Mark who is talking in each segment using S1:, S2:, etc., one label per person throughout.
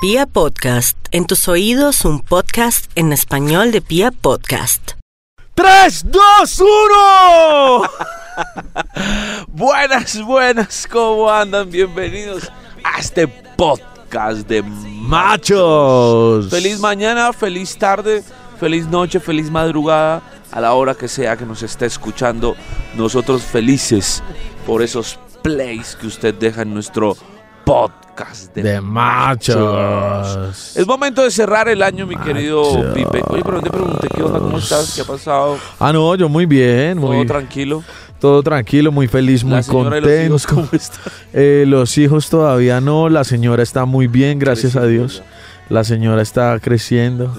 S1: Pia Podcast, en tus oídos un podcast en español de Pia Podcast.
S2: 3, 2, 1. buenas, buenas, ¿cómo andan? Bienvenidos a este podcast de machos. Feliz mañana, feliz tarde, feliz noche, feliz madrugada, a la hora que sea que nos esté escuchando. Nosotros felices por esos plays que usted deja en nuestro podcast de,
S3: de machos.
S2: Es momento de cerrar el año, mi querido Pipe. Oye, pero no te pregunté qué onda, cómo estás, qué ha pasado,
S3: Ah, no, yo muy bien,
S2: todo
S3: muy, todo,
S2: tranquilo.
S3: tranquilo, muy feliz, muy
S2: La señora y
S3: contento.
S2: los hijos, ¿cómo están?
S3: Eh, los hijos todavía no, la señora está muy bien, gracias a
S2: Creciendo
S3: Dios. La señora está creciendo,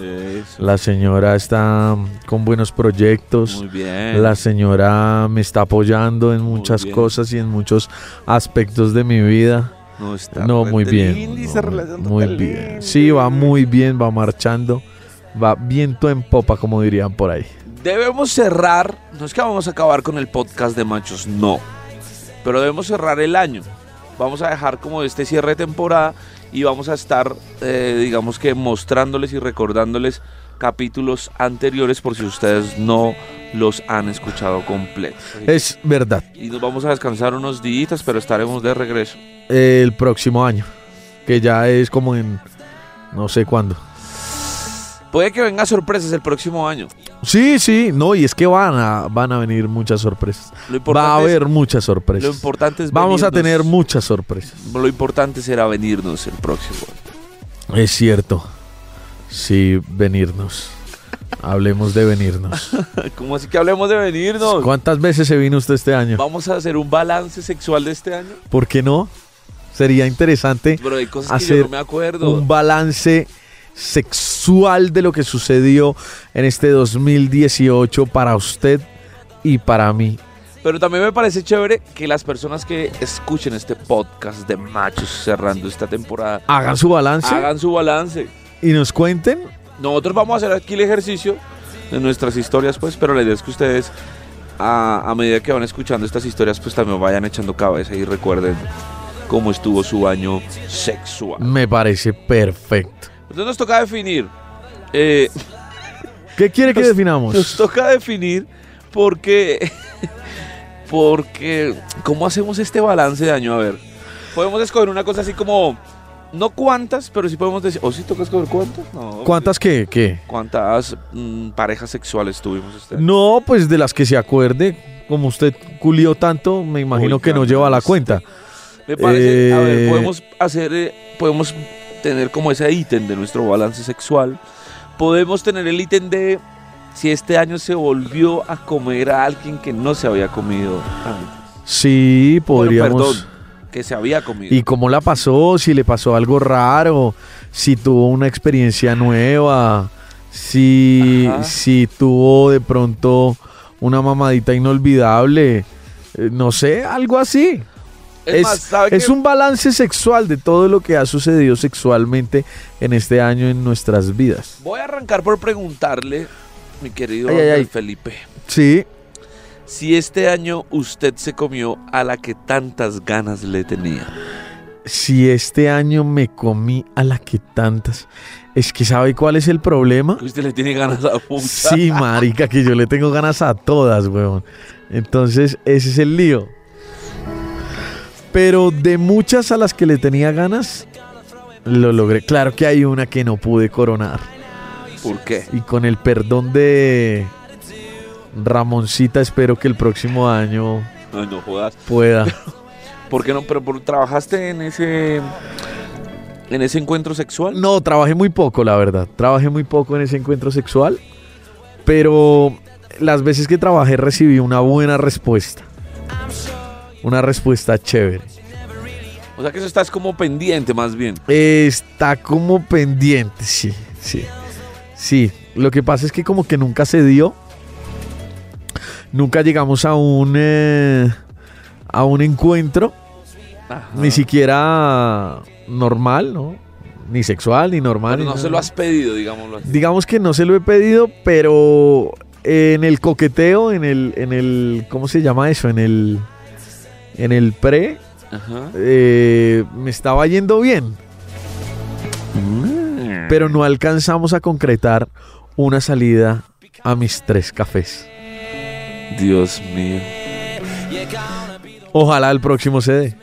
S3: la señora está mm, con buenos proyectos.
S2: Muy bien.
S3: La señora me está apoyando en muchas
S2: bien.
S3: cosas y en muchos aspectos de mi vida.
S2: no, está
S3: no,
S2: re
S3: muy
S2: de
S3: bien.
S2: linda
S3: no,
S2: esa relación
S3: muy
S2: tan
S3: bien.
S2: linda.
S3: Sí, va muy bien, va marchando. Va viento en popa, como dirían por ahí.
S2: Debemos cerrar, no es que vamos a acabar con el podcast de machos, no. Pero debemos cerrar el año. Vamos a dejar como este cierre de temporada y vamos a estar, eh, digamos que mostrándoles y recordándoles capítulos anteriores por si ustedes no los han escuchado completos. Así que-
S3: Es verdad.
S2: Y nos vamos a descansar unos días, pero estaremos de regreso.
S3: el próximo año, que ya es como en no sé cuándo.
S2: Puede que venga sorpresas el próximo año.
S3: Sí, sí, no, y es que van a, van a venir muchas sorpresas.
S2: Lo
S3: Va a
S2: importante es-
S3: haber muchas
S2: Lo
S3: sorpresas.
S2: importante es
S3: Vamos a tener
S2: venirnos.
S3: muchas sorpresas.
S2: Lo importante será venirnos el próximo. año.
S3: Es cierto. Sí, venirnos. Hablemos de venirnos.
S2: ¿Cómo así que hablemos de venirnos?
S3: ¿Cuántas veces se vino usted este año?
S2: Vamos a hacer un balance sexual de este año.
S3: ¿Por qué no? Sería interesante
S2: Pero hay cosas que yo
S3: Hacer
S2: no me acuerdo.
S3: un balance sexual de lo que sucedió en este 2018 para usted y para mí.
S2: Pero también me parece chévere que las personas que escuchen este podcast de machos cerrando esta temporada
S3: hagan su balance
S2: hagan su balance.
S3: y nos cuenten.
S2: Nosotros vamos a hacer aquí el ejercicio de nuestras historias, pues, pero la idea es que ustedes, a, a medida que van escuchando estas historias, pues también vayan echando cabeza y recuerden cómo estuvo su año sexual.
S3: Me parece perfecto.
S2: Entonces nos toca definir, eh,
S3: ¿Qué quiere que
S2: Nos- nos
S3: definamos?
S2: toca definir porque, porque, ¿cómo hacemos este balance de año? A ver, podemos escoger una cosa así como, no cuántas, pero sí podemos decir, o si toca escoger cuántas, no.
S3: ¿Cuántas qué? ¿Qué?
S2: ¿Cuántas mm, parejas sexuales tuvimos este año?
S3: No, pues de las que se acuerde. Como usted culió tanto, me imagino
S2: Uy,
S3: que no
S2: caramba,
S3: lleva la
S2: usted.
S3: cuenta.
S2: Me parece, a ver,
S3: Eh,
S2: podemos hacer, eh, podemos tener como ese ítem de nuestro balance sexual. Podemos tener el ítem de si este año se volvió a comer a alguien que no se había comido antes.
S3: Sí,
S2: Bueno,
S3: podríamos.
S2: perdón, que se había comido.
S3: ¿Y cómo la pasó? Si le pasó algo raro, si tuvo una experiencia nueva, si,
S2: Ajá.
S3: si tuvo de pronto una mamadita inolvidable, eh, no sé, algo así.
S2: es,
S3: Es,
S2: más, ¿sabe
S3: es
S2: qué?
S3: un balance sexual de todo lo que ha sucedido sexualmente en este año en nuestras vidas.
S2: Voy a arrancar por preguntarle, mi querido
S3: Ay, ay,
S2: Ángel
S3: ay.
S2: Felipe,
S3: Sí.
S2: si este año usted se comió a la que tantas ganas le tenía.
S3: Si este año me comí a la que tantas. Es que ¿sabe cuál es el problema?
S2: Usted le tiene ganas a muchas.
S3: Sí, marica, que yo le tengo ganas a todas, weón. Entonces, ese es el lío. Pero de muchas a las que le tenía ganas, lo logré. Claro que hay una que no pude coronar.
S2: ¿Por qué?
S3: Y con el perdón de Ramoncita, espero que el próximo año
S2: Ay, no jodas.
S3: pueda.
S2: ¿Por qué no? ¿Pero por- trabajaste en ese en ese encuentro sexual?
S3: No, trabajé muy poco, la verdad. Trabajé muy poco en ese encuentro sexual. Pero las veces que trabajé recibí una buena respuesta. Una respuesta chévere.
S2: O sea que eso estás como pendiente más bien.
S3: Está como pendiente, sí, sí. Sí, lo que pasa es que como que nunca se dio. Nunca llegamos a un eh, a un encuentro, ni siquiera normal, ¿no? Ni sexual, ni normal.
S2: Pero
S3: ni
S2: no se
S3: nada.
S2: lo has pedido, digámoslo así.
S3: Digamos que no se lo he pedido, pero eh, en el coqueteo, en el, en el, ¿cómo se llama eso? En el, en el pre,
S2: Ajá.
S3: eh, me estaba yendo bien. Pero no alcanzamos a concretar una salida a mis tres cafés.
S2: Dios mío.
S3: Ojalá el próximo se dé.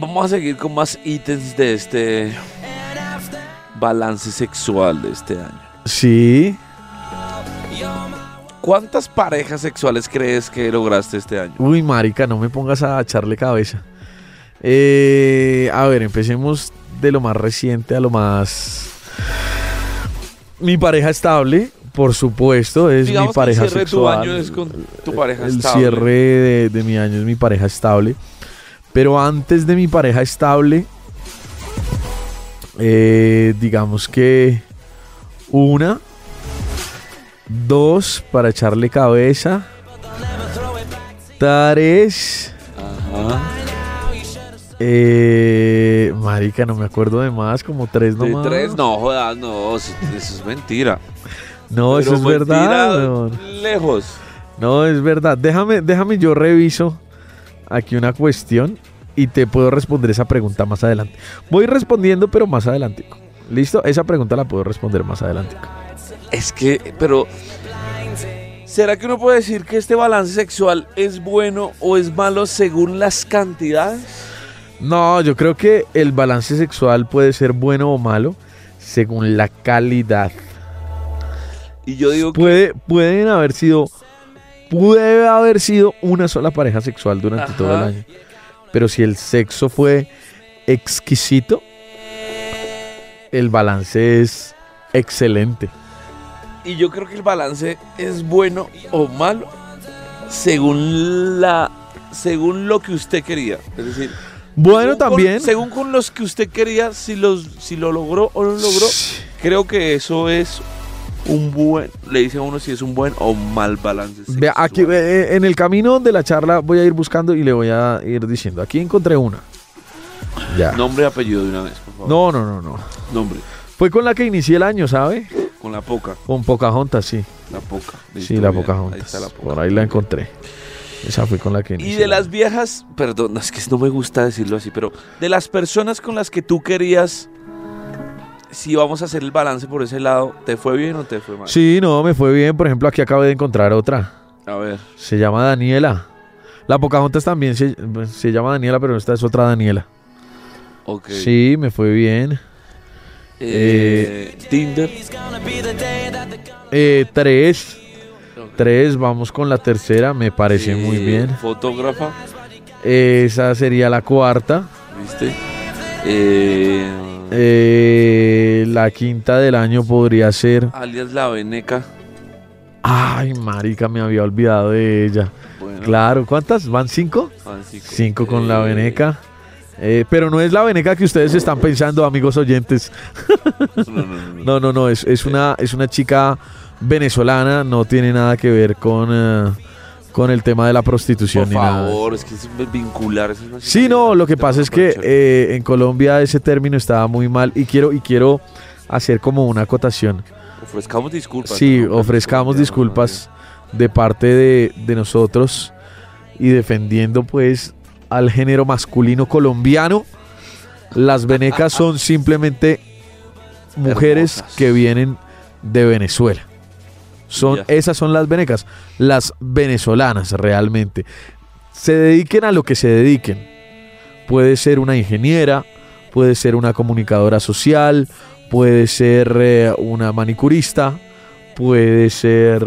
S2: Vamos a seguir con más ítems de este balance sexual de este año.
S3: Sí.
S2: ¿Cuántas parejas sexuales crees que lograste este año?
S3: Uy, marica, no me pongas a echarle cabeza. Eh, a ver, empecemos de lo más reciente a lo más. Mi pareja estable, por supuesto, es
S2: Digamos
S3: mi pareja
S2: que el cierre de tu
S3: sexual.
S2: año es con tu pareja
S3: el
S2: estable.
S3: cierre de, de mi año es mi pareja estable. Pero antes de mi pareja estable, eh, digamos que una, dos para echarle cabeza, tres,
S2: Ajá.
S3: eh, marica, no me acuerdo de más, como tres
S2: De
S3: nomás.
S2: tres, no, jodas, no, eso eso es mentira.
S3: No, eso
S2: Pero
S3: es
S2: mentira,
S3: verdad. weón.
S2: Lejos.
S3: No, es verdad. Déjame, déjame, yo reviso aquí una cuestión y te puedo responder esa pregunta más adelante. Voy respondiendo, pero más adelante. ¿Listo? Esa pregunta la puedo responder más adelante.
S2: Es que, pero. ¿Será que uno puede decir que este balance sexual es bueno o es malo según las cantidades?
S3: No, yo creo que el balance sexual puede ser bueno o malo según la calidad.
S2: Y yo digo que
S3: Puede, pueden haber sido, puede haber sido una sola pareja sexual durante todo el
S2: Ajá.
S3: año. Pero si el sexo fue exquisito, el balance es excelente.
S2: Y yo creo que el balance es bueno o malo según la según lo que usted quería, es decir,
S3: Bueno,
S2: según con-
S3: también.
S2: según con los que usted quería, si los si lo logró o no lo logró, creo que eso es un buen, le dice a uno si es un buen o un mal balance.
S3: Vea,
S2: sexual.
S3: aquí eh, en el camino de la charla voy a ir buscando y le voy a ir diciendo. Aquí encontré una. Ya. No,
S2: nombre y apellido de una vez, por favor.
S3: Ah. no, no, no.
S2: Nombre,
S3: Fue con la que inicié el año, ¿sabe?
S2: con la poca,
S3: Con Pocahontas, sí.
S2: la poca. Listo,
S3: Sí, la
S2: bien,
S3: Pocahontas.
S2: Ahí está la poca.
S3: Por ahí la encontré. Esa fue con la que
S2: Y
S3: inicié
S2: de
S3: el
S2: las
S3: año.
S2: viejas, perdón, no, es que no me gusta decirlo así, pero de las personas con las que tú querías, si vamos a hacer el balance por ese lado, ¿te fue bien o te fue mal?
S3: Sí, no, me fue bien. Por ejemplo, aquí acabé de encontrar otra.
S2: A ver,
S3: Se llama Daniela. La Pocahontas también se, se llama Daniela, pero esta es otra Daniela.
S2: ok.
S3: Sí, me fue bien.
S2: Eh, Tinder.
S3: Eh, tres. Tres, vamos con la tercera. Me parece
S2: Eh,
S3: muy bien.
S2: Fotógrafa,
S3: Esa sería la cuarta.
S2: ¿viste? Eh,
S3: Eh, la quinta del año podría ser.
S2: alias La Veneca.
S3: Ay, marica, me había olvidado de ella.
S2: Bueno,
S3: Claro, ¿cuántas? ¿Van cinco?
S2: fancico.
S3: Cinco con la
S2: Eh,
S3: veneca. Eh, pero no es la veneca que ustedes están pensando, amigos oyentes.
S2: No, no, no, no.
S3: No, no, no. Es, es una, es una chica venezolana. No tiene nada que ver con, eh, con el tema de la prostitución
S2: Por
S3: ni nada.
S2: favor, es que es vincular. es una
S3: Sí, no, lo que pasa es que eh, en Colombia ese término estaba muy mal y quiero, y quiero hacer como una acotación.
S2: ofrezcamos disculpas.
S3: Sí,
S2: ¿no?
S3: ofrezcamos
S2: Ya,
S3: disculpas de parte de, de nosotros y defendiendo pues al género masculino colombiano. Las venecas son simplemente mujeres
S2: Hermosas.
S3: que vienen de Venezuela. Son,
S2: Ya.
S3: Esas son las venecas, las venezolanas realmente. Se dediquen a lo que se dediquen. Puede ser una ingeniera, puede ser una comunicadora social, puede ser eh, una manicurista, puede ser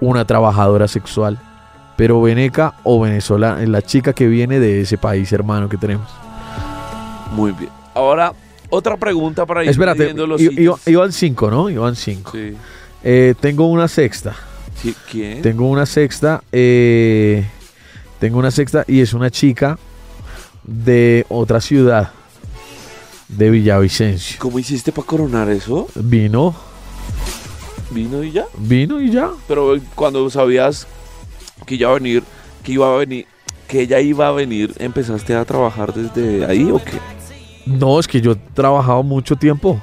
S3: una trabajadora sexual. Pero veneca o venezolana, es la chica que viene de ese país hermano que tenemos.
S2: Muy bien. Ahora, otra pregunta para ir
S3: Espérate,
S2: midiendo los
S3: i-
S2: hitos.
S3: i- iban cinco, ¿no? Iban cinco.
S2: Sí.
S3: Eh, tengo una sexta.
S2: Sí, ¿Quién?
S3: Tengo una sexta. eh, tengo una sexta y es una chica de otra ciudad, de Villavicencio.
S2: ¿Cómo hiciste para coronar eso?
S3: Vino,
S2: ¿Vino y ya?
S3: vino y ya.
S2: Pero eh, cuando sabías que iba a venir, que iba a venir, que ella iba a venir, ¿empezaste a trabajar desde ahí o qué?
S3: No, es que yo he trabajado mucho tiempo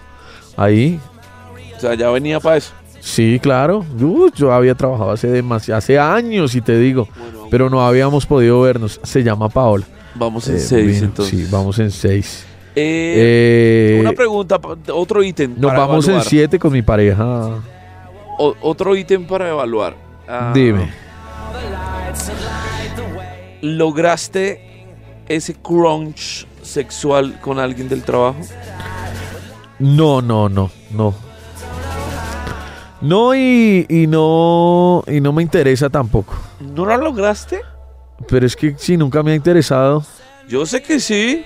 S3: ahí.
S2: O sea, ya venía para eso.
S3: Sí, claro. Yo, yo había trabajado hace demasi- hace años, si te digo.
S2: Bueno,
S3: Pero no habíamos podido vernos. Se llama Paola.
S2: vamos en
S3: Eh,
S2: seis
S3: vino,
S2: entonces.
S3: Sí, vamos en seis.
S2: Eh,
S3: Eh,
S2: una pregunta, pa- otro ítem.
S3: nos
S2: para
S3: vamos en
S2: evaluar.
S3: 7 con mi pareja.
S2: O- otro ítem para evaluar. Ah,
S3: Dime.
S2: ¿Lograste ese crunch sexual con alguien del trabajo?
S3: No, no, no, no. No y, y no y no me interesa tampoco.
S2: ¿No lo lograste?
S3: Pero es que sí, nunca me ha interesado.
S2: Yo sé que sí.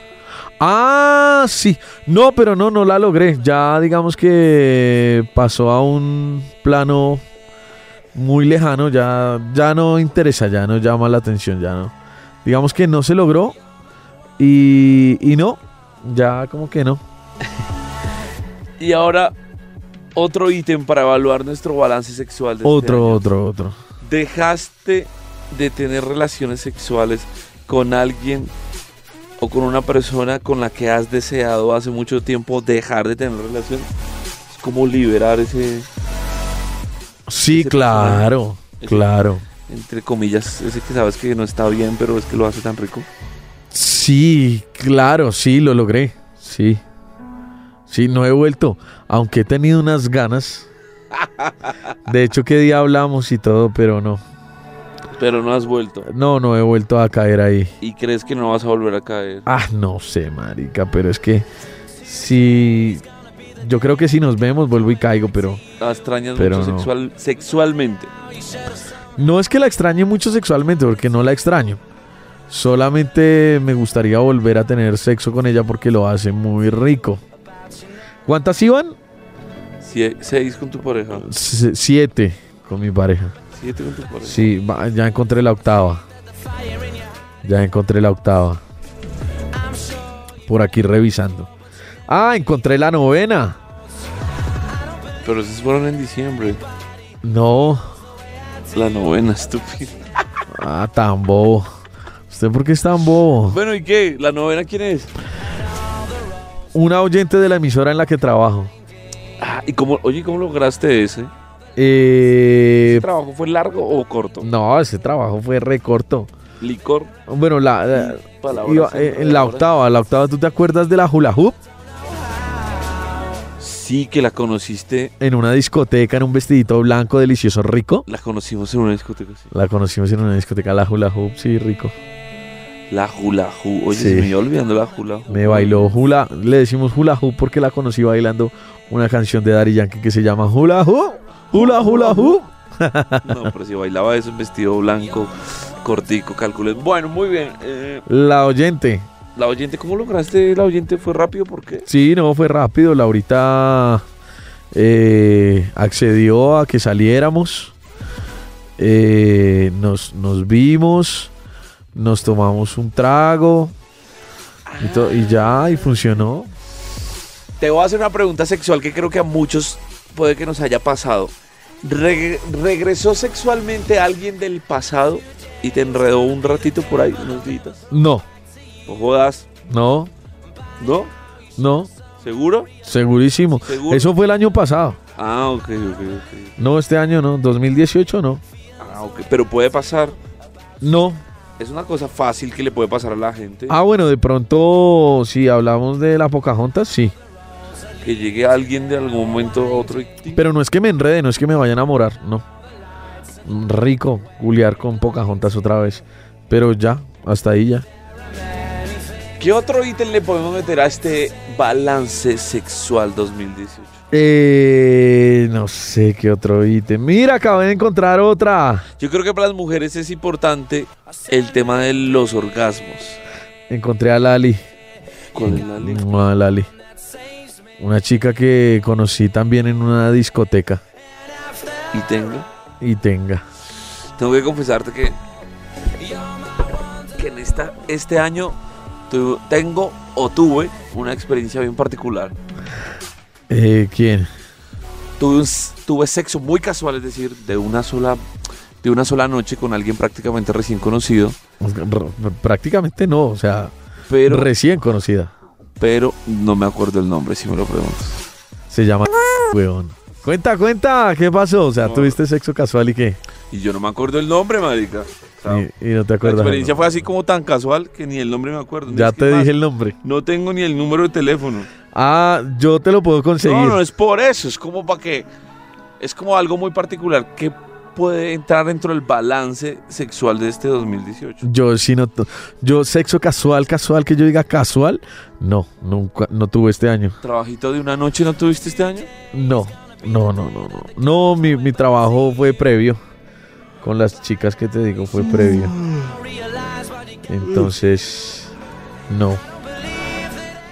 S3: Ah, sí. No, pero no, no la logré. Ya digamos que pasó a un plano muy lejano. Ya, ya no interesa, ya no llama la atención, ya no. Digamos que no se logró. Y, y no, ya como que no.
S2: Y ahora, otro ítem para evaluar nuestro balance sexual. de este
S3: Otro,
S2: año.
S3: otro, otro.
S2: ¿Dejaste de tener relaciones sexuales con alguien o con una persona con la que has deseado hace mucho tiempo dejar de tener relaciones? Es como liberar ese,
S3: Sí,
S2: Ese personaje.
S3: claro,
S2: Ese-
S3: claro.
S2: entre comillas, ese que sabes que no está bien, pero es que lo hace tan rico.
S3: Sí, claro, sí, lo logré. Sí. Sí, no he vuelto, aunque he tenido unas ganas. De hecho, qué día hablamos y todo, pero no.
S2: Pero no has vuelto.
S3: No, no he vuelto a caer ahí.
S2: Y crees que no vas a volver a caer.
S3: Ah, no sé, marica, pero es que si yo creo que si nos vemos vuelvo y caigo, pero
S2: La extrañas
S3: Pero
S2: mucho
S3: no.
S2: sexual, sexualmente.
S3: no es que la extrañe mucho sexualmente, porque no la extraño. Solamente me gustaría volver a tener sexo con ella porque lo hace muy rico. ¿Cuántas iban?
S2: Sie- seis con tu pareja.
S3: S- siete con mi pareja.
S2: Siete con tu pareja.
S3: Sí, va- ya encontré la octava. Ya encontré la octava. Por aquí revisando. Ah, encontré la novena.
S2: Pero esos fueron en diciembre.
S3: No.
S2: La novena, estúpido.
S3: Ah, tan bobo. ¿Usted por qué es tan bobo?
S2: Bueno, ¿y qué? ¿La novena quién es?
S3: Una oyente de la emisora en la que trabajo.
S2: Ah, ¿y cómo, oye, ¿cómo lograste ese?
S3: Eh,
S2: ¿El trabajo fue largo o corto?
S3: no, ese trabajo fue recorto.
S2: Licor,
S3: Bueno, la, la-
S2: palabras.
S3: iba- eh, en la octava, la octava, ¿tú te acuerdas de la hula hoop?
S2: Sí, que la conociste.
S3: En una discoteca, en un vestidito blanco delicioso, rico.
S2: La conocimos en una discoteca. sí.
S3: La conocimos en una discoteca, la hula hoop, sí, rico.
S2: La hula hoop. Oye,
S3: Sí.
S2: se me iba olvidando la hula hoop.
S3: Me bailó hula, le decimos hula hoop porque la conocí bailando una canción de Daddy Yankee que se llama Hula Hoop, Hula Hula Hoop.
S2: No, pero si bailaba eso en vestido blanco, cortico, calculé. Bueno, muy bien. eh,
S3: La oyente.
S2: la oyente, ¿cómo lograste? La oyente fue rápido porque
S3: Sí, no, fue rápido. Laurita eh, accedió a que saliéramos. Eh, nos, nos vimos, nos tomamos un trago y, to- y ya, y funcionó.
S2: te voy a hacer una pregunta sexual que creo que a muchos puede que nos haya pasado. Reg- ¿Regresó sexualmente alguien del pasado y te enredó un ratito por ahí, unos días?
S3: No,
S2: No jodas,
S3: no,
S2: ¿no?
S3: no,
S2: ¿Seguro?
S3: segurísimo.
S2: ¿Seguro?
S3: Eso fue el año pasado.
S2: Ah, ok, ok, ok.
S3: No, este año no, 2018 no.
S2: Ah, ok. Pero puede pasar.
S3: No.
S2: Es una cosa fácil que le puede pasar a la gente.
S3: Ah, bueno, de pronto, si hablamos de la Pocahontas, sí.
S2: Que llegue alguien de algún momento a otro y...
S3: Pero no es que me enrede, no es que me vaya a enamorar, no. Mm, Rico culiar con Pocahontas otra vez. Pero ya, hasta ahí ya.
S2: ¿Qué otro ítem le podemos meter a este balance sexual 2018?
S3: Eh, no sé qué otro ítem. Mira, acabé de encontrar otra.
S2: Yo creo que para las mujeres es importante el tema de los orgasmos.
S3: Encontré a Lali.
S2: ¿Cuál es la ley?
S3: Mua, Lali. Una chica que conocí también en una discoteca.
S2: Y tengo.
S3: Y tenga.
S2: Tengo que confesarte que. Que en esta, este año tu- tengo o tuve una experiencia bien particular.
S3: Eh, ¿Quién?
S2: Tuve, un s- tuve sexo muy casual, es decir, de una sola. De una sola noche con alguien prácticamente recién conocido.
S3: Pues, R- Prácticamente no, o sea,
S2: Pero,
S3: recién conocida.
S2: pero no me acuerdo el nombre, si me lo preguntas.
S3: Se llama weón. Cuenta, cuenta, ¿qué pasó? O sea, ¿tuviste sexo casual y qué?
S2: Y yo no me acuerdo el nombre, marica. sea,
S3: y, y no te
S2: la
S3: acuerdas.
S2: experiencia
S3: ¿no?
S2: fue así como tan casual que ni el nombre me acuerdo.
S3: Ya
S2: Es que
S3: te
S2: más,
S3: dije el nombre.
S2: No tengo ni el número de teléfono.
S3: Ah, yo te lo puedo conseguir.
S2: No, no es por eso, es como para que. Es como algo muy particular que puede entrar dentro del balance sexual de este 2018.
S3: Yo sí no, tu- yo sexo casual, casual, que yo diga casual, no, nunca, no tuve este año.
S2: ¿Trabajito de una noche no tuviste este año?
S3: No, no, no, no, no. No, mi, mi trabajo fue previo. Con las chicas que te digo fue previo. Entonces, no.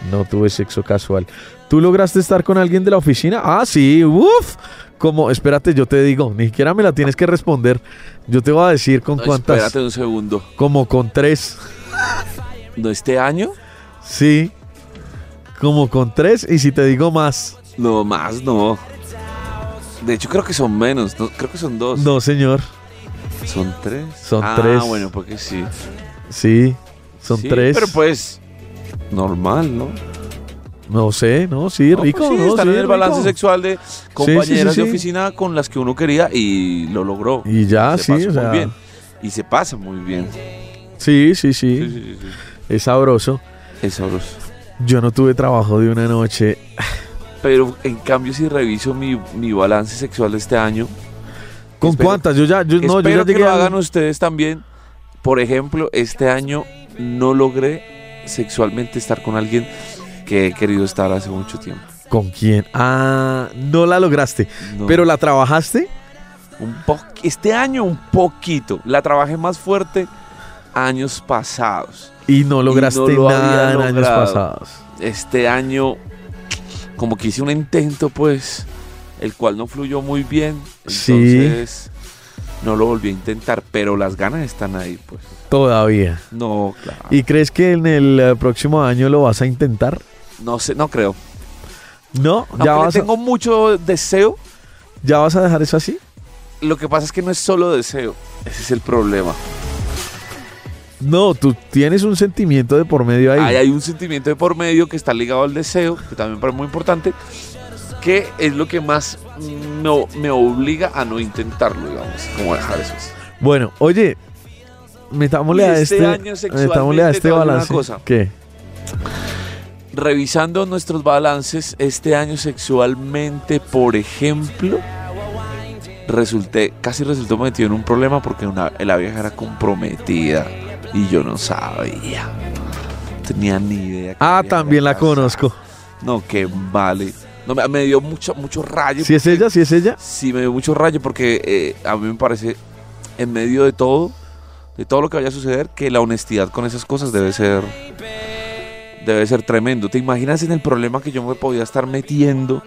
S3: No tuve sexo casual. ¿Tú lograste estar con alguien de la oficina? Ah, sí, uff. Como, espérate, yo te digo, ni siquiera me la tienes que responder. Yo te voy a decir con
S2: No,
S3: cuántas.
S2: Espérate un segundo.
S3: Como con tres.
S2: ¿No este año?
S3: Sí. Como con tres. Y si te digo más.
S2: No, más no. De hecho, creo que son menos. no, creo que son dos.
S3: No, señor.
S2: Son tres.
S3: Son
S2: ah,
S3: tres.
S2: bueno, porque sí.
S3: Sí. Son
S2: Sí,
S3: tres.
S2: Pero pues, normal, ¿no?
S3: No sé, no, sí,
S2: No,
S3: rico.
S2: pues sí,
S3: no,
S2: estar
S3: sí,
S2: en el balance
S3: rico.
S2: sexual de compañeras
S3: sí, sí.
S2: de oficina con las que uno quería y lo logró.
S3: Y ya,
S2: se
S3: sí,
S2: pasó
S3: o sea,
S2: muy bien. Y se pasa muy bien.
S3: sí, sí, sí,
S2: Sí, sí, sí, sí.
S3: Es sabroso.
S2: Es sabroso.
S3: Yo no tuve trabajo de una noche.
S2: Pero en cambio, si reviso mi, mi balance sexual de este año,
S3: ¿Con
S2: Espero-
S3: cuántas? Yo ya, yo, Pues no, yo
S2: espero
S3: ya
S2: que
S3: llegué
S2: lo
S3: al-
S2: hagan ustedes también. Por ejemplo, este año no logré sexualmente estar con alguien que he querido estar hace mucho tiempo.
S3: ¿Con quién? Ah, no la lograste.
S2: No.
S3: ¿Pero la trabajaste?
S2: Un po- este año un poquito. La trabajé más fuerte años pasados.
S3: Y no lograste
S2: lo
S3: nada
S2: había
S3: en años
S2: logrado.
S3: pasados.
S2: Este año como que hice un intento pues, el cual no fluyó muy bien.
S3: Sí.
S2: Entonces no lo volví a intentar, pero las ganas están ahí pues.
S3: Todavía.
S2: No, claro.
S3: ¿Y crees que en el eh, próximo año lo vas a intentar? No,
S2: No sé, no creo.
S3: ¿Ya,
S2: Aunque le
S3: vas, a-
S2: tengo mucho deseo,
S3: ¿ya vas a dejar eso así?
S2: lo que pasa es que no es solo deseo. Ese es el problema.
S3: No, tú tienes un sentimiento de por medio ahí.
S2: Ahí hay un sentimiento de por medio que está ligado al deseo, que también para mí es muy importante, que es lo que más no, me obliga a no intentarlo, digamos, como dejar eso. así.
S3: Bueno, oye, metámosle
S2: Y
S3: a
S2: este
S3: este,
S2: año sexualmente
S3: metámosle a
S2: te
S3: este
S2: voy a decir una
S3: balance.
S2: cosa.
S3: ¿Qué?
S2: Revisando nuestros balances, este año sexualmente, por ejemplo, resulté, casi resultó metido en un problema porque una- la vieja era comprometida y yo no sabía. No Tenía ni idea. que
S3: Ah,
S2: vieja
S3: también
S2: era
S3: la
S2: casada.
S3: conozco.
S2: No, que vale. No, me, me dio mucho, mucho rayo.
S3: Si es ella, si es ella.
S2: Sí, me dio mucho rayo porque eh, a mí me parece, en medio de todo, de todo lo que vaya a suceder, que la honestidad con esas cosas debe ser. Debe ser tremendo. ¿Te imaginas en el problema que yo me podía estar metiendo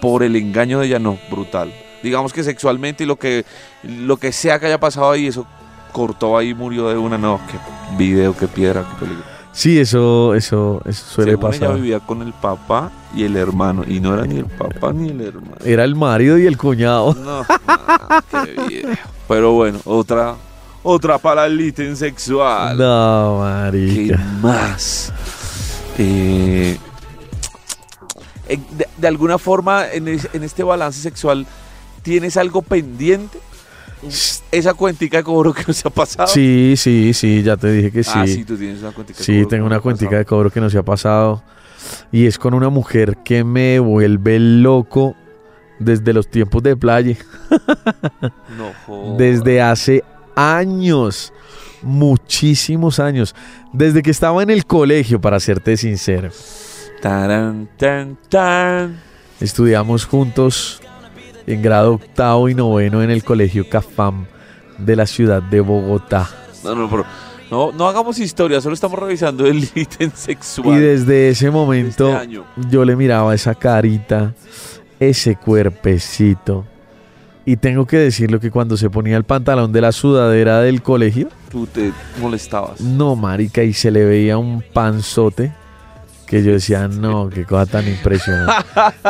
S2: por el engaño de ella? No, brutal. Digamos que sexualmente y lo que, lo que sea que haya pasado ahí, eso cortó ahí, murió de una. No, qué video, qué piedra, qué peligro.
S3: Sí, eso, eso, eso suele
S2: Según ella
S3: pasar.
S2: vivía con el papá y el hermano. Y no era ni el papá ni el hermano.
S3: Era el marido y el cuñado.
S2: No, ah, qué viejo. Pero bueno, otra, otra para el ítem sexual.
S3: No,
S2: ¿Qué
S3: marica.
S2: más? Eh, en- de, de alguna forma, en, es- en este balance sexual, ¿tienes algo pendiente? Esa cuentica de cobro que nos ha pasado.
S3: Sí, sí, sí, ya te dije que
S2: Ah, sí,
S3: sí.
S2: tú tienes una cuentica. de
S3: Sí,
S2: cobro que
S3: tengo
S2: nos
S3: una
S2: ha pasado.
S3: cuentica de cobro que no se ha pasado. Y es con una mujer que me vuelve loco desde los tiempos de playa.
S2: No, jodas.
S3: desde hace años, muchísimos años, desde que estaba en el colegio, para serte sincero.
S2: Tarán, tan, tan.
S3: Estudiamos juntos en grado octavo y noveno en el colegio Cafam de la ciudad de Bogotá.
S2: No, no, pero- no, no hagamos historia, solo estamos revisando el ítem sexual.
S3: Y desde ese
S2: de este
S3: momento
S2: año.
S3: yo le miraba esa carita, ese cuerpecito. Y tengo que decirlo que cuando se ponía el pantalón de la sudadera del colegio,
S2: Tú te molestabas.
S3: No, marica, y se le veía un panzote que yo decía, no, qué cosa tan impresionante.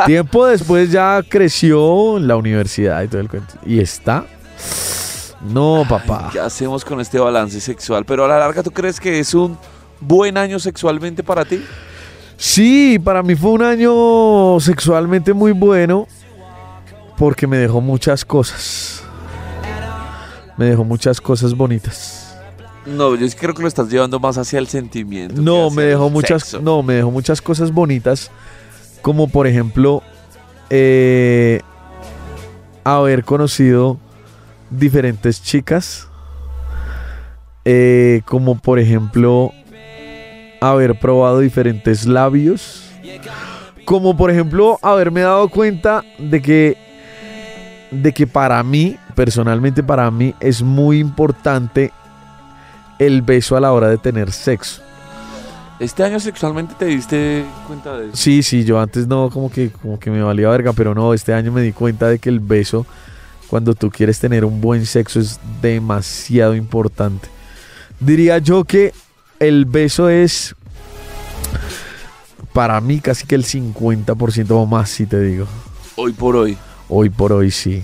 S3: Tiempo después ya creció en la universidad y todo el cuento. Y está. No, papá.
S2: ¿Qué hacemos con este balance sexual? Pero a la larga, ¿tú crees que es un buen año sexualmente para ti?
S3: Sí, para mí fue un año sexualmente muy bueno porque me dejó muchas cosas. me dejó muchas cosas bonitas.
S2: No, yo sí creo que lo estás llevando más hacia el sentimiento. que
S3: No,
S2: hacia
S3: me
S2: el
S3: dejó muchas,
S2: sexo.
S3: no, me dejó muchas cosas bonitas, como por ejemplo eh, haber conocido diferentes chicas, eh, como por ejemplo haber probado diferentes labios, como por ejemplo haberme dado cuenta de que de que para mí, personalmente para mí, es muy importante el beso a la hora de tener sexo.
S2: Este año sexualmente te diste cuenta de eso.
S3: Sí, sí, yo antes no, como que, como que me valía verga, pero no, este año me di cuenta de que el beso, cuando tú quieres tener un buen sexo, es demasiado importante. Diría yo que el beso es, para mí, casi que el 50% o más, si te digo.
S2: Hoy por hoy.
S3: Hoy por hoy sí,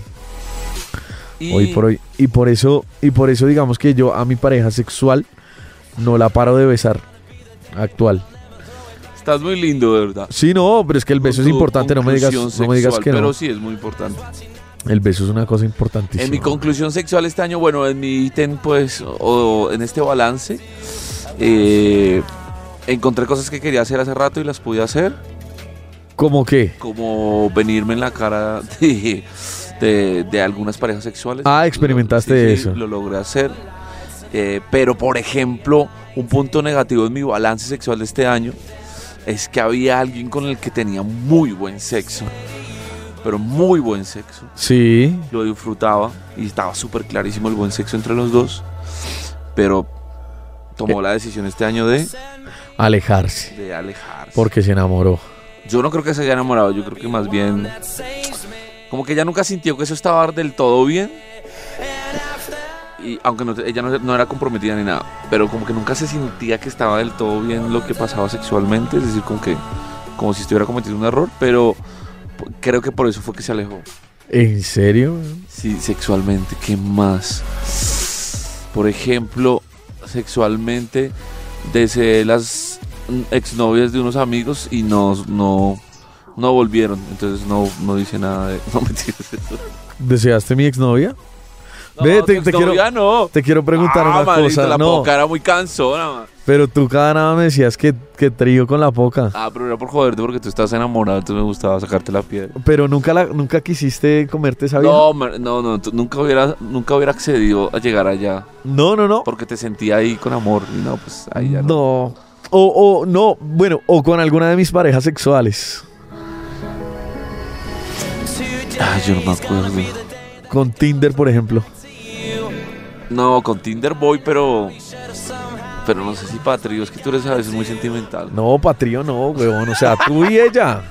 S2: Y
S3: hoy por hoy. Y por eso, y por eso digamos que yo a mi pareja sexual no la paro de besar, actual.
S2: Estás muy lindo, de verdad.
S3: Sí, no, pero es que el beso
S2: Con
S3: es
S2: tu
S3: importante, no me digas,
S2: conclusión
S3: no me digas
S2: sexual,
S3: que no.
S2: Pero sí es muy importante.
S3: El beso es una cosa importantísima.
S2: En mi conclusión sexual este año, bueno, en mi ítem, pues, o en este balance, eh, encontré cosas que quería hacer hace rato y las pude hacer,
S3: ¿Cómo qué?
S2: como venirme en la cara de, de- de algunas parejas sexuales.
S3: Ah, experimentaste
S2: Sí, sí,
S3: eso.
S2: lo logré hacer. Eh, pero, por ejemplo, un punto negativo en mi balance sexual de este año es que había alguien con el que tenía muy buen sexo, pero muy buen sexo.
S3: Sí.
S2: lo disfrutaba y estaba súper clarísimo el buen sexo entre los dos, pero
S3: Eh,
S2: tomó la decisión este año de,
S3: Alejarse.
S2: de alejarse.
S3: Porque se enamoró.
S2: Yo no creo que se haya enamorado, yo creo que más bien como que ella nunca sintió que eso estaba del todo bien. Y aunque no, ella no, no era comprometida ni nada, pero como que nunca se sentía que estaba del todo bien lo que pasaba sexualmente, es decir, como que como si estuviera cometiendo un error, pero p- creo que por eso fue que se alejó.
S3: ¿En serio?
S2: Sí, sexualmente, ¿qué más? Por ejemplo, sexualmente, deseé las mm, exnovias de unos amigos y no, no, no volvieron. Entonces no, no dice nada de. No mentiras.
S3: ¿Deseaste mi exnovia? Ve, te- te quiero-
S2: exnovia no.
S3: Te quiero preguntar
S2: ah,
S3: una
S2: maldita,
S3: cosa.
S2: La
S3: No,
S2: poca era muy cansona. man.
S3: pero tú cada nada me decías que, que trío con la poca.
S2: Ah, pero era por joderte porque tú estás enamorado, entonces me gustaba sacarte la piedra.
S3: Pero nunca, la, nunca quisiste comerte esa vida.
S2: No, mar- no, no, tú nunca hubiera, nunca hubiera accedido a llegar allá
S3: No, no, no.
S2: porque te sentía ahí con amor y no, pues ahí ya no.
S3: No. O, o no, bueno, o con alguna de mis parejas sexuales.
S2: Ah, yo no me acuerdo.
S3: Con Tinder, por ejemplo.
S2: No, con Tinder voy, pero. Pero no sé si Patrio, es que tú eres a veces muy sentimental.
S3: No, pa' trío no, huevón. O sea, tú y ella.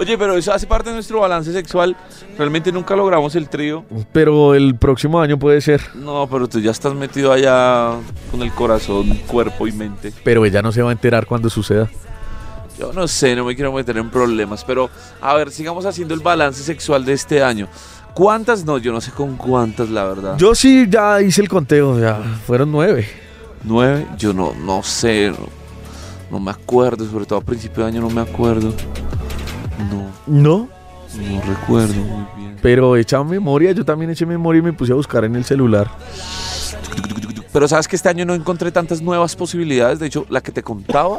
S2: Oye, pero eso hace parte de nuestro balance sexual. Realmente nunca logramos el trío.
S3: Pero el próximo año puede ser.
S2: No, pero tú ya estás metido allá con el corazón, cuerpo y mente.
S3: Pero ella no se va a enterar cuando suceda.
S2: Yo no sé, no me quiero meter en problemas. Pero a ver, sigamos haciendo el balance sexual de este año. ¿Cuántas? No, yo no sé con cuántas, la verdad.
S3: Yo sí ya hice el conteo, ya fueron nueve.
S2: ¿Nueve? Yo no, no sé. No, no me acuerdo, sobre todo a principio de año no me acuerdo. No,
S3: No,
S2: no recuerdo muy bien.
S3: pero hecha memoria, yo también eché memoria y me puse a buscar en el celular.
S2: Pero sabes que este año no encontré tantas nuevas posibilidades. De hecho, la que te contaba,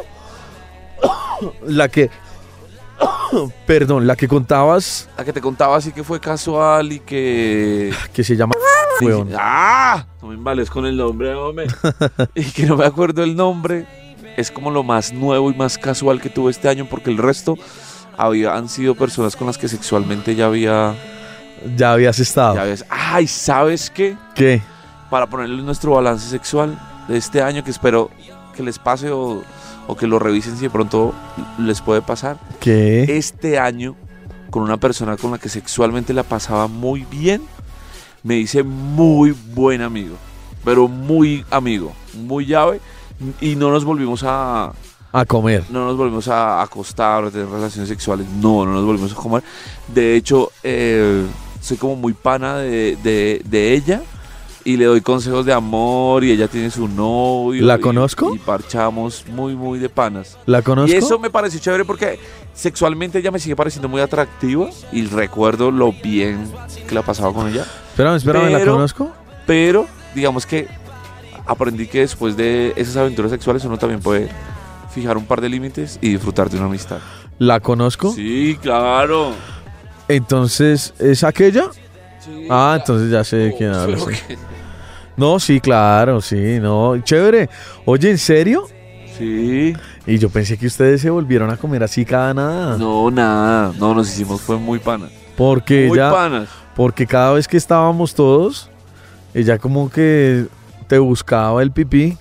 S3: La que, perdón, la que contabas,
S2: la que te contaba sí que fue casual y que.
S3: que se llama...
S2: dije,
S3: weón.
S2: ¡Ah! No me embales con el nombre, hombre. y que no me acuerdo el nombre. Es como lo más nuevo y más casual que tuve este año porque el resto habían sido personas con las que sexualmente ya había.
S3: Ya habías
S2: Ya
S3: estado.
S2: habías- ¡Ay! ¿Sabes qué?
S3: ¿Qué?
S2: para ponerle nuestro balance sexual de este año que espero que les pase o, o que lo revisen si de pronto les puede pasar.
S3: ¿Qué?
S2: Este año, con una persona con la que sexualmente la pasaba muy bien, me hice muy buen amigo, pero muy amigo, muy llave, y no nos volvimos a,
S3: A comer.
S2: no nos volvimos a acostar o a tener relaciones sexuales. No, no nos volvimos a comer. De hecho, eh, soy como muy pana de, de- de ella y le doy consejos de amor y ella tiene su novio.
S3: ¿La
S2: y-
S3: conozco?
S2: Y parchamos muy, muy de panas.
S3: ¿La conozco?
S2: Y eso me pareció chévere porque sexualmente ella me sigue pareciendo muy atractiva y recuerdo lo bien que la pasaba con ella.
S3: Espérame, espérame, ¿la
S2: pero-
S3: conozco?
S2: Pero digamos que aprendí que después de esas aventuras sexuales uno también puede fijar un par de límites y disfrutar de una amistad.
S3: ¿La conozco?
S2: Sí, claro.
S3: Entonces, ¿es aquella?
S2: Sí,
S3: Ah, entonces ya sé de quién
S2: claro.
S3: hablas.
S2: Solo que-
S3: No, sí, claro, sí, no. Chévere. Oye, ¿en serio?
S2: Sí.
S3: Y yo pensé que ustedes se volvieron a comer así cada nada.
S2: No, nada. No, nos hicimos, fue muy panas.
S3: Porque
S2: Muy
S3: ya.
S2: panas.
S3: Porque cada vez que estábamos todos, ella como que te buscaba el pipí.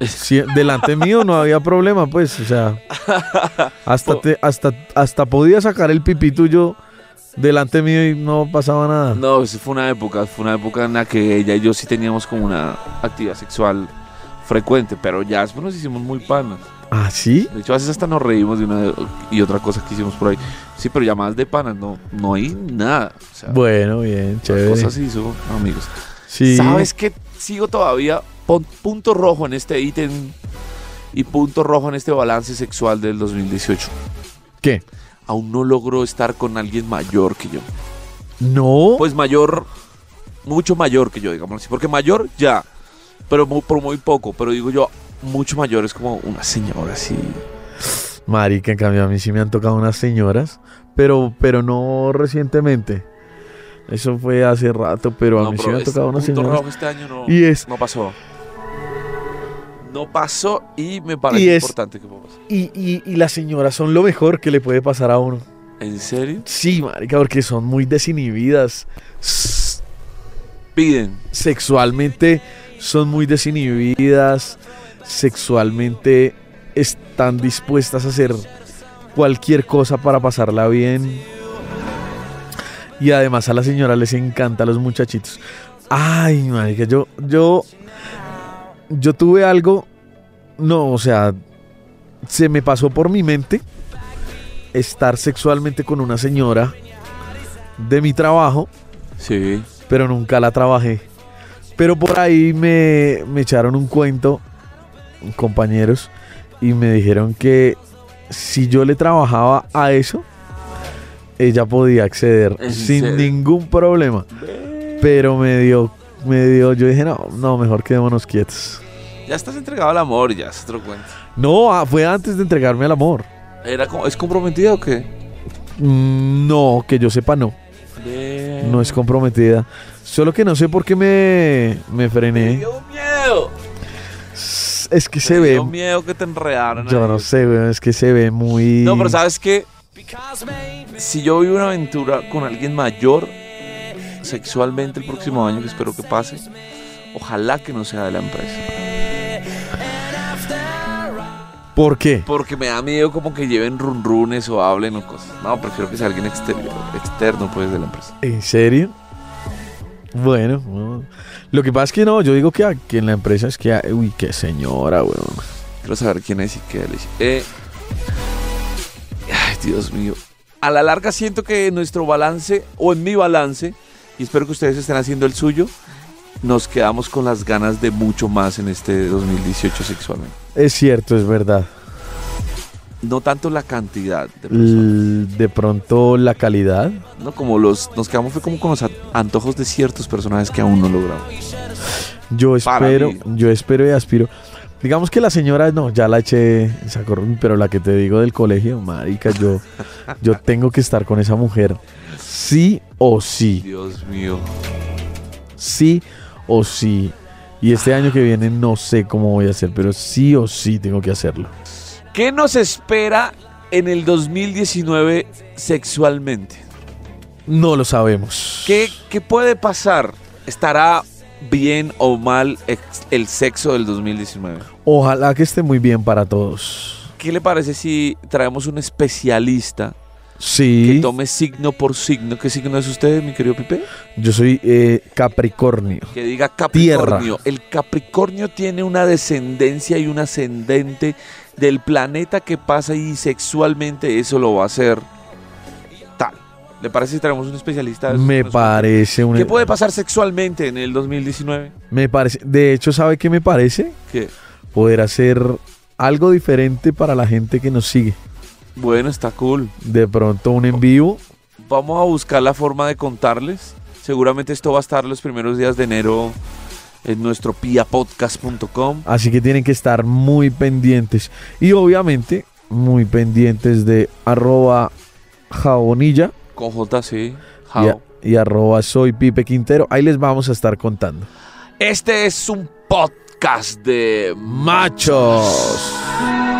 S3: Sí, delante mío no había problema, pues, o sea, hasta, te- hasta, hasta podía sacar el pipí tuyo delante mío y no pasaba nada.
S2: No, eso fue una época, fue una época en la que ella y yo sí teníamos como una actividad sexual frecuente, pero ya después nos hicimos muy panas.
S3: ¿Ah, sí?
S2: De hecho, a veces hasta nos reímos de una y otra cosa que hicimos por ahí. Sí, pero ya más de panas, no, no hay nada. O sea,
S3: Bueno, bien,
S2: las
S3: chévere.
S2: cosas se hizo, amigos.
S3: Sí.
S2: ¿Sabes qué? Sigo todavía pon punto rojo en este ítem y punto rojo en este balance sexual del 2018.
S3: qué?
S2: Aún no logro estar con alguien mayor que yo.
S3: No.
S2: Pues mayor, mucho mayor que yo, digamos así. Porque mayor ya, pero muy- por muy poco. Pero digo yo, mucho mayor es como una señora así.
S3: Mari, que en cambio a mí sí me han tocado unas señoras, pero, pero no recientemente. Eso fue hace rato, pero a
S2: No,
S3: mí sí
S2: pero
S3: me han
S2: este
S3: tocado unas
S2: punto
S3: señoras.
S2: rojo este año no,
S3: Y es,
S2: no pasó. No pasó y me parece
S3: Y es-
S2: importante que pase.
S3: y, y- y las señoras son lo mejor que le puede pasar a uno.
S2: ¿En serio?
S3: Sí, marica, porque son muy desinhibidas. S-
S2: Piden.
S3: Sexualmente son muy desinhibidas. Sexualmente están dispuestas a hacer cualquier cosa para pasarla bien. Y además a la señora les encanta a los muchachitos. Ay, marica, yo, yo, yo tuve algo, no, o sea, se me pasó por mi mente estar sexualmente con una señora de mi trabajo,
S2: Sí.
S3: pero nunca la trabajé. Pero por ahí me, me echaron un cuento, compañeros, y me dijeron que si yo le trabajaba a eso, ella podía acceder
S2: ¿En
S3: sin
S2: serio?
S3: ningún problema. Pero me dio, me dio, yo dije, no, no, mejor quedémonos quietos.
S2: Ya estás entregado al amor, ya es otro cuento.
S3: No, ah, fue antes de entregarme al amor.
S2: Era como, ¿Es comprometida o qué?
S3: Mm, No, que yo sepa, no. No es comprometida. Solo que no sé por qué me, me
S2: Me
S3: frené.
S2: dio miedo.
S3: S- Es que se
S2: Me
S3: ve.
S2: dio miedo que te enredaran.
S3: Yo
S2: ahí.
S3: no sé, weón. Es que se ve muy.
S2: No, pero ¿sabes qué? Si yo vivo una aventura con alguien mayor sexualmente el próximo año, que espero que pase, ojalá que no sea de la empresa.
S3: ¿Por qué?
S2: Porque me da miedo como que lleven runrunes o hablen o cosas. No, prefiero que sea alguien exterior, externo pues de la empresa.
S3: ¿En serio? Bueno, no. lo que pasa es que no. Yo digo que aquí en la empresa es que. ah, Uy, qué señora, weón.
S2: Quiero saber quién es y qué le dice. Eh, ay, Dios mío. A la larga siento que nuestro balance, o en mi balance, y espero que ustedes estén haciendo el suyo, nos quedamos con las ganas de mucho más en este 2018 sexualmente.
S3: Es cierto, es verdad.
S2: no tanto la cantidad
S3: Mm.
S2: de personas,
S3: L- de pronto la calidad.
S2: ¿no? Como los, nos quedamos fue como con los a- antojos de ciertos personajes que aún no logramos.
S3: Yo
S2: Para
S3: espero,
S2: mí.
S3: yo espero y aspiro. Digamos que la señora, no, ya la eché, en saco roto, pero la que te digo del colegio, marica, yo, yo tengo que estar con esa mujer. Sí o sí,
S2: Dios mío.
S3: sí o sí. Y este año que viene no sé cómo voy a hacer, pero sí o sí tengo que hacerlo.
S2: ¿Qué nos espera en el 2019 sexualmente?
S3: No lo sabemos.
S2: ¿Qué, qué puede pasar? ¿Estará bien o mal ex- el sexo del 2019?
S3: Ojalá que esté muy bien para todos.
S2: ¿Qué le parece si traemos un especialista que
S3: Sí,
S2: tome signo por signo? ¿Qué signo es usted, mi querido Pipe?
S3: yo soy eh, Capricornio.
S2: Que diga Capricornio. El Capricornio tiene una descendencia y un ascendente del planeta que pasa y sexualmente eso lo va a hacer tal. ¿Le parece si traemos un especialista? de eso?
S3: Me
S2: Nos cuenta.
S3: parece un...
S2: ¿Qué puede pasar sexualmente en el 2019?
S3: Me parece... De hecho, ¿sabe qué me parece?
S2: Que
S3: poder hacer algo diferente para la gente que nos sigue.
S2: bueno, está cool.
S3: De pronto un en vivo.
S2: Vamos a buscar la forma de contarles Seguramente esto va a estar los primeros días de enero en nuestro piapodcast.com.
S3: Así que tienen que estar muy pendientes. Y obviamente, muy pendientes de arroba jabonilla
S2: Con J, sí.
S3: y a-
S2: Jao.
S3: y, arroba soy Pipe Quintero. Ahí les vamos a estar contando.
S2: Este es un podcast de machos.